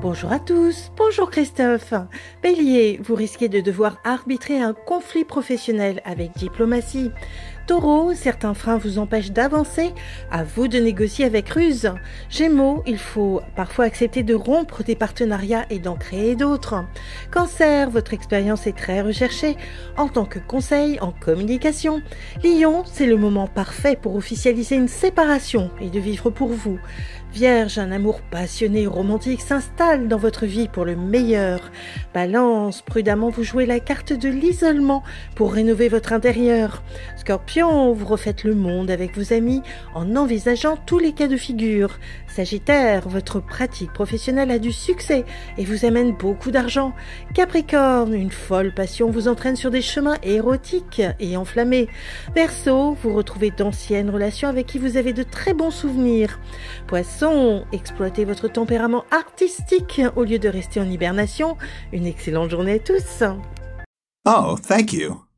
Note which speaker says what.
Speaker 1: Bonjour à tous, bonjour Christophe. Bélier, vous risquez de devoir arbitrer un conflit professionnel avec diplomatie. Taureau, certains freins vous empêchent d'avancer, à vous de négocier avec ruse. Gémeaux, il faut parfois accepter de rompre des partenariats et d'en créer d'autres. Cancer, votre expérience est très recherchée en tant que conseil en communication. Lion, c'est le moment parfait pour officialiser une séparation et de vivre pour vous. Vierge, un amour passionné et romantique s'installe dans votre vie pour le meilleur. Balance, prudemment vous jouez la carte de l'isolement pour rénover votre intérieur. Scorpion, vous refaites le monde avec vos amis en envisageant tous les cas de figure. Sagittaire, votre pratique professionnelle a du succès et vous amène beaucoup d'argent. Capricorne, une folle passion vous entraîne sur des chemins érotiques et enflammés. Verseau, vous retrouvez d'anciennes relations avec qui vous avez de très bons souvenirs. Poisson, exploitez votre tempérament artistique au lieu de rester en hibernation. Une excellente journée à tous.
Speaker 2: Oh, thank you.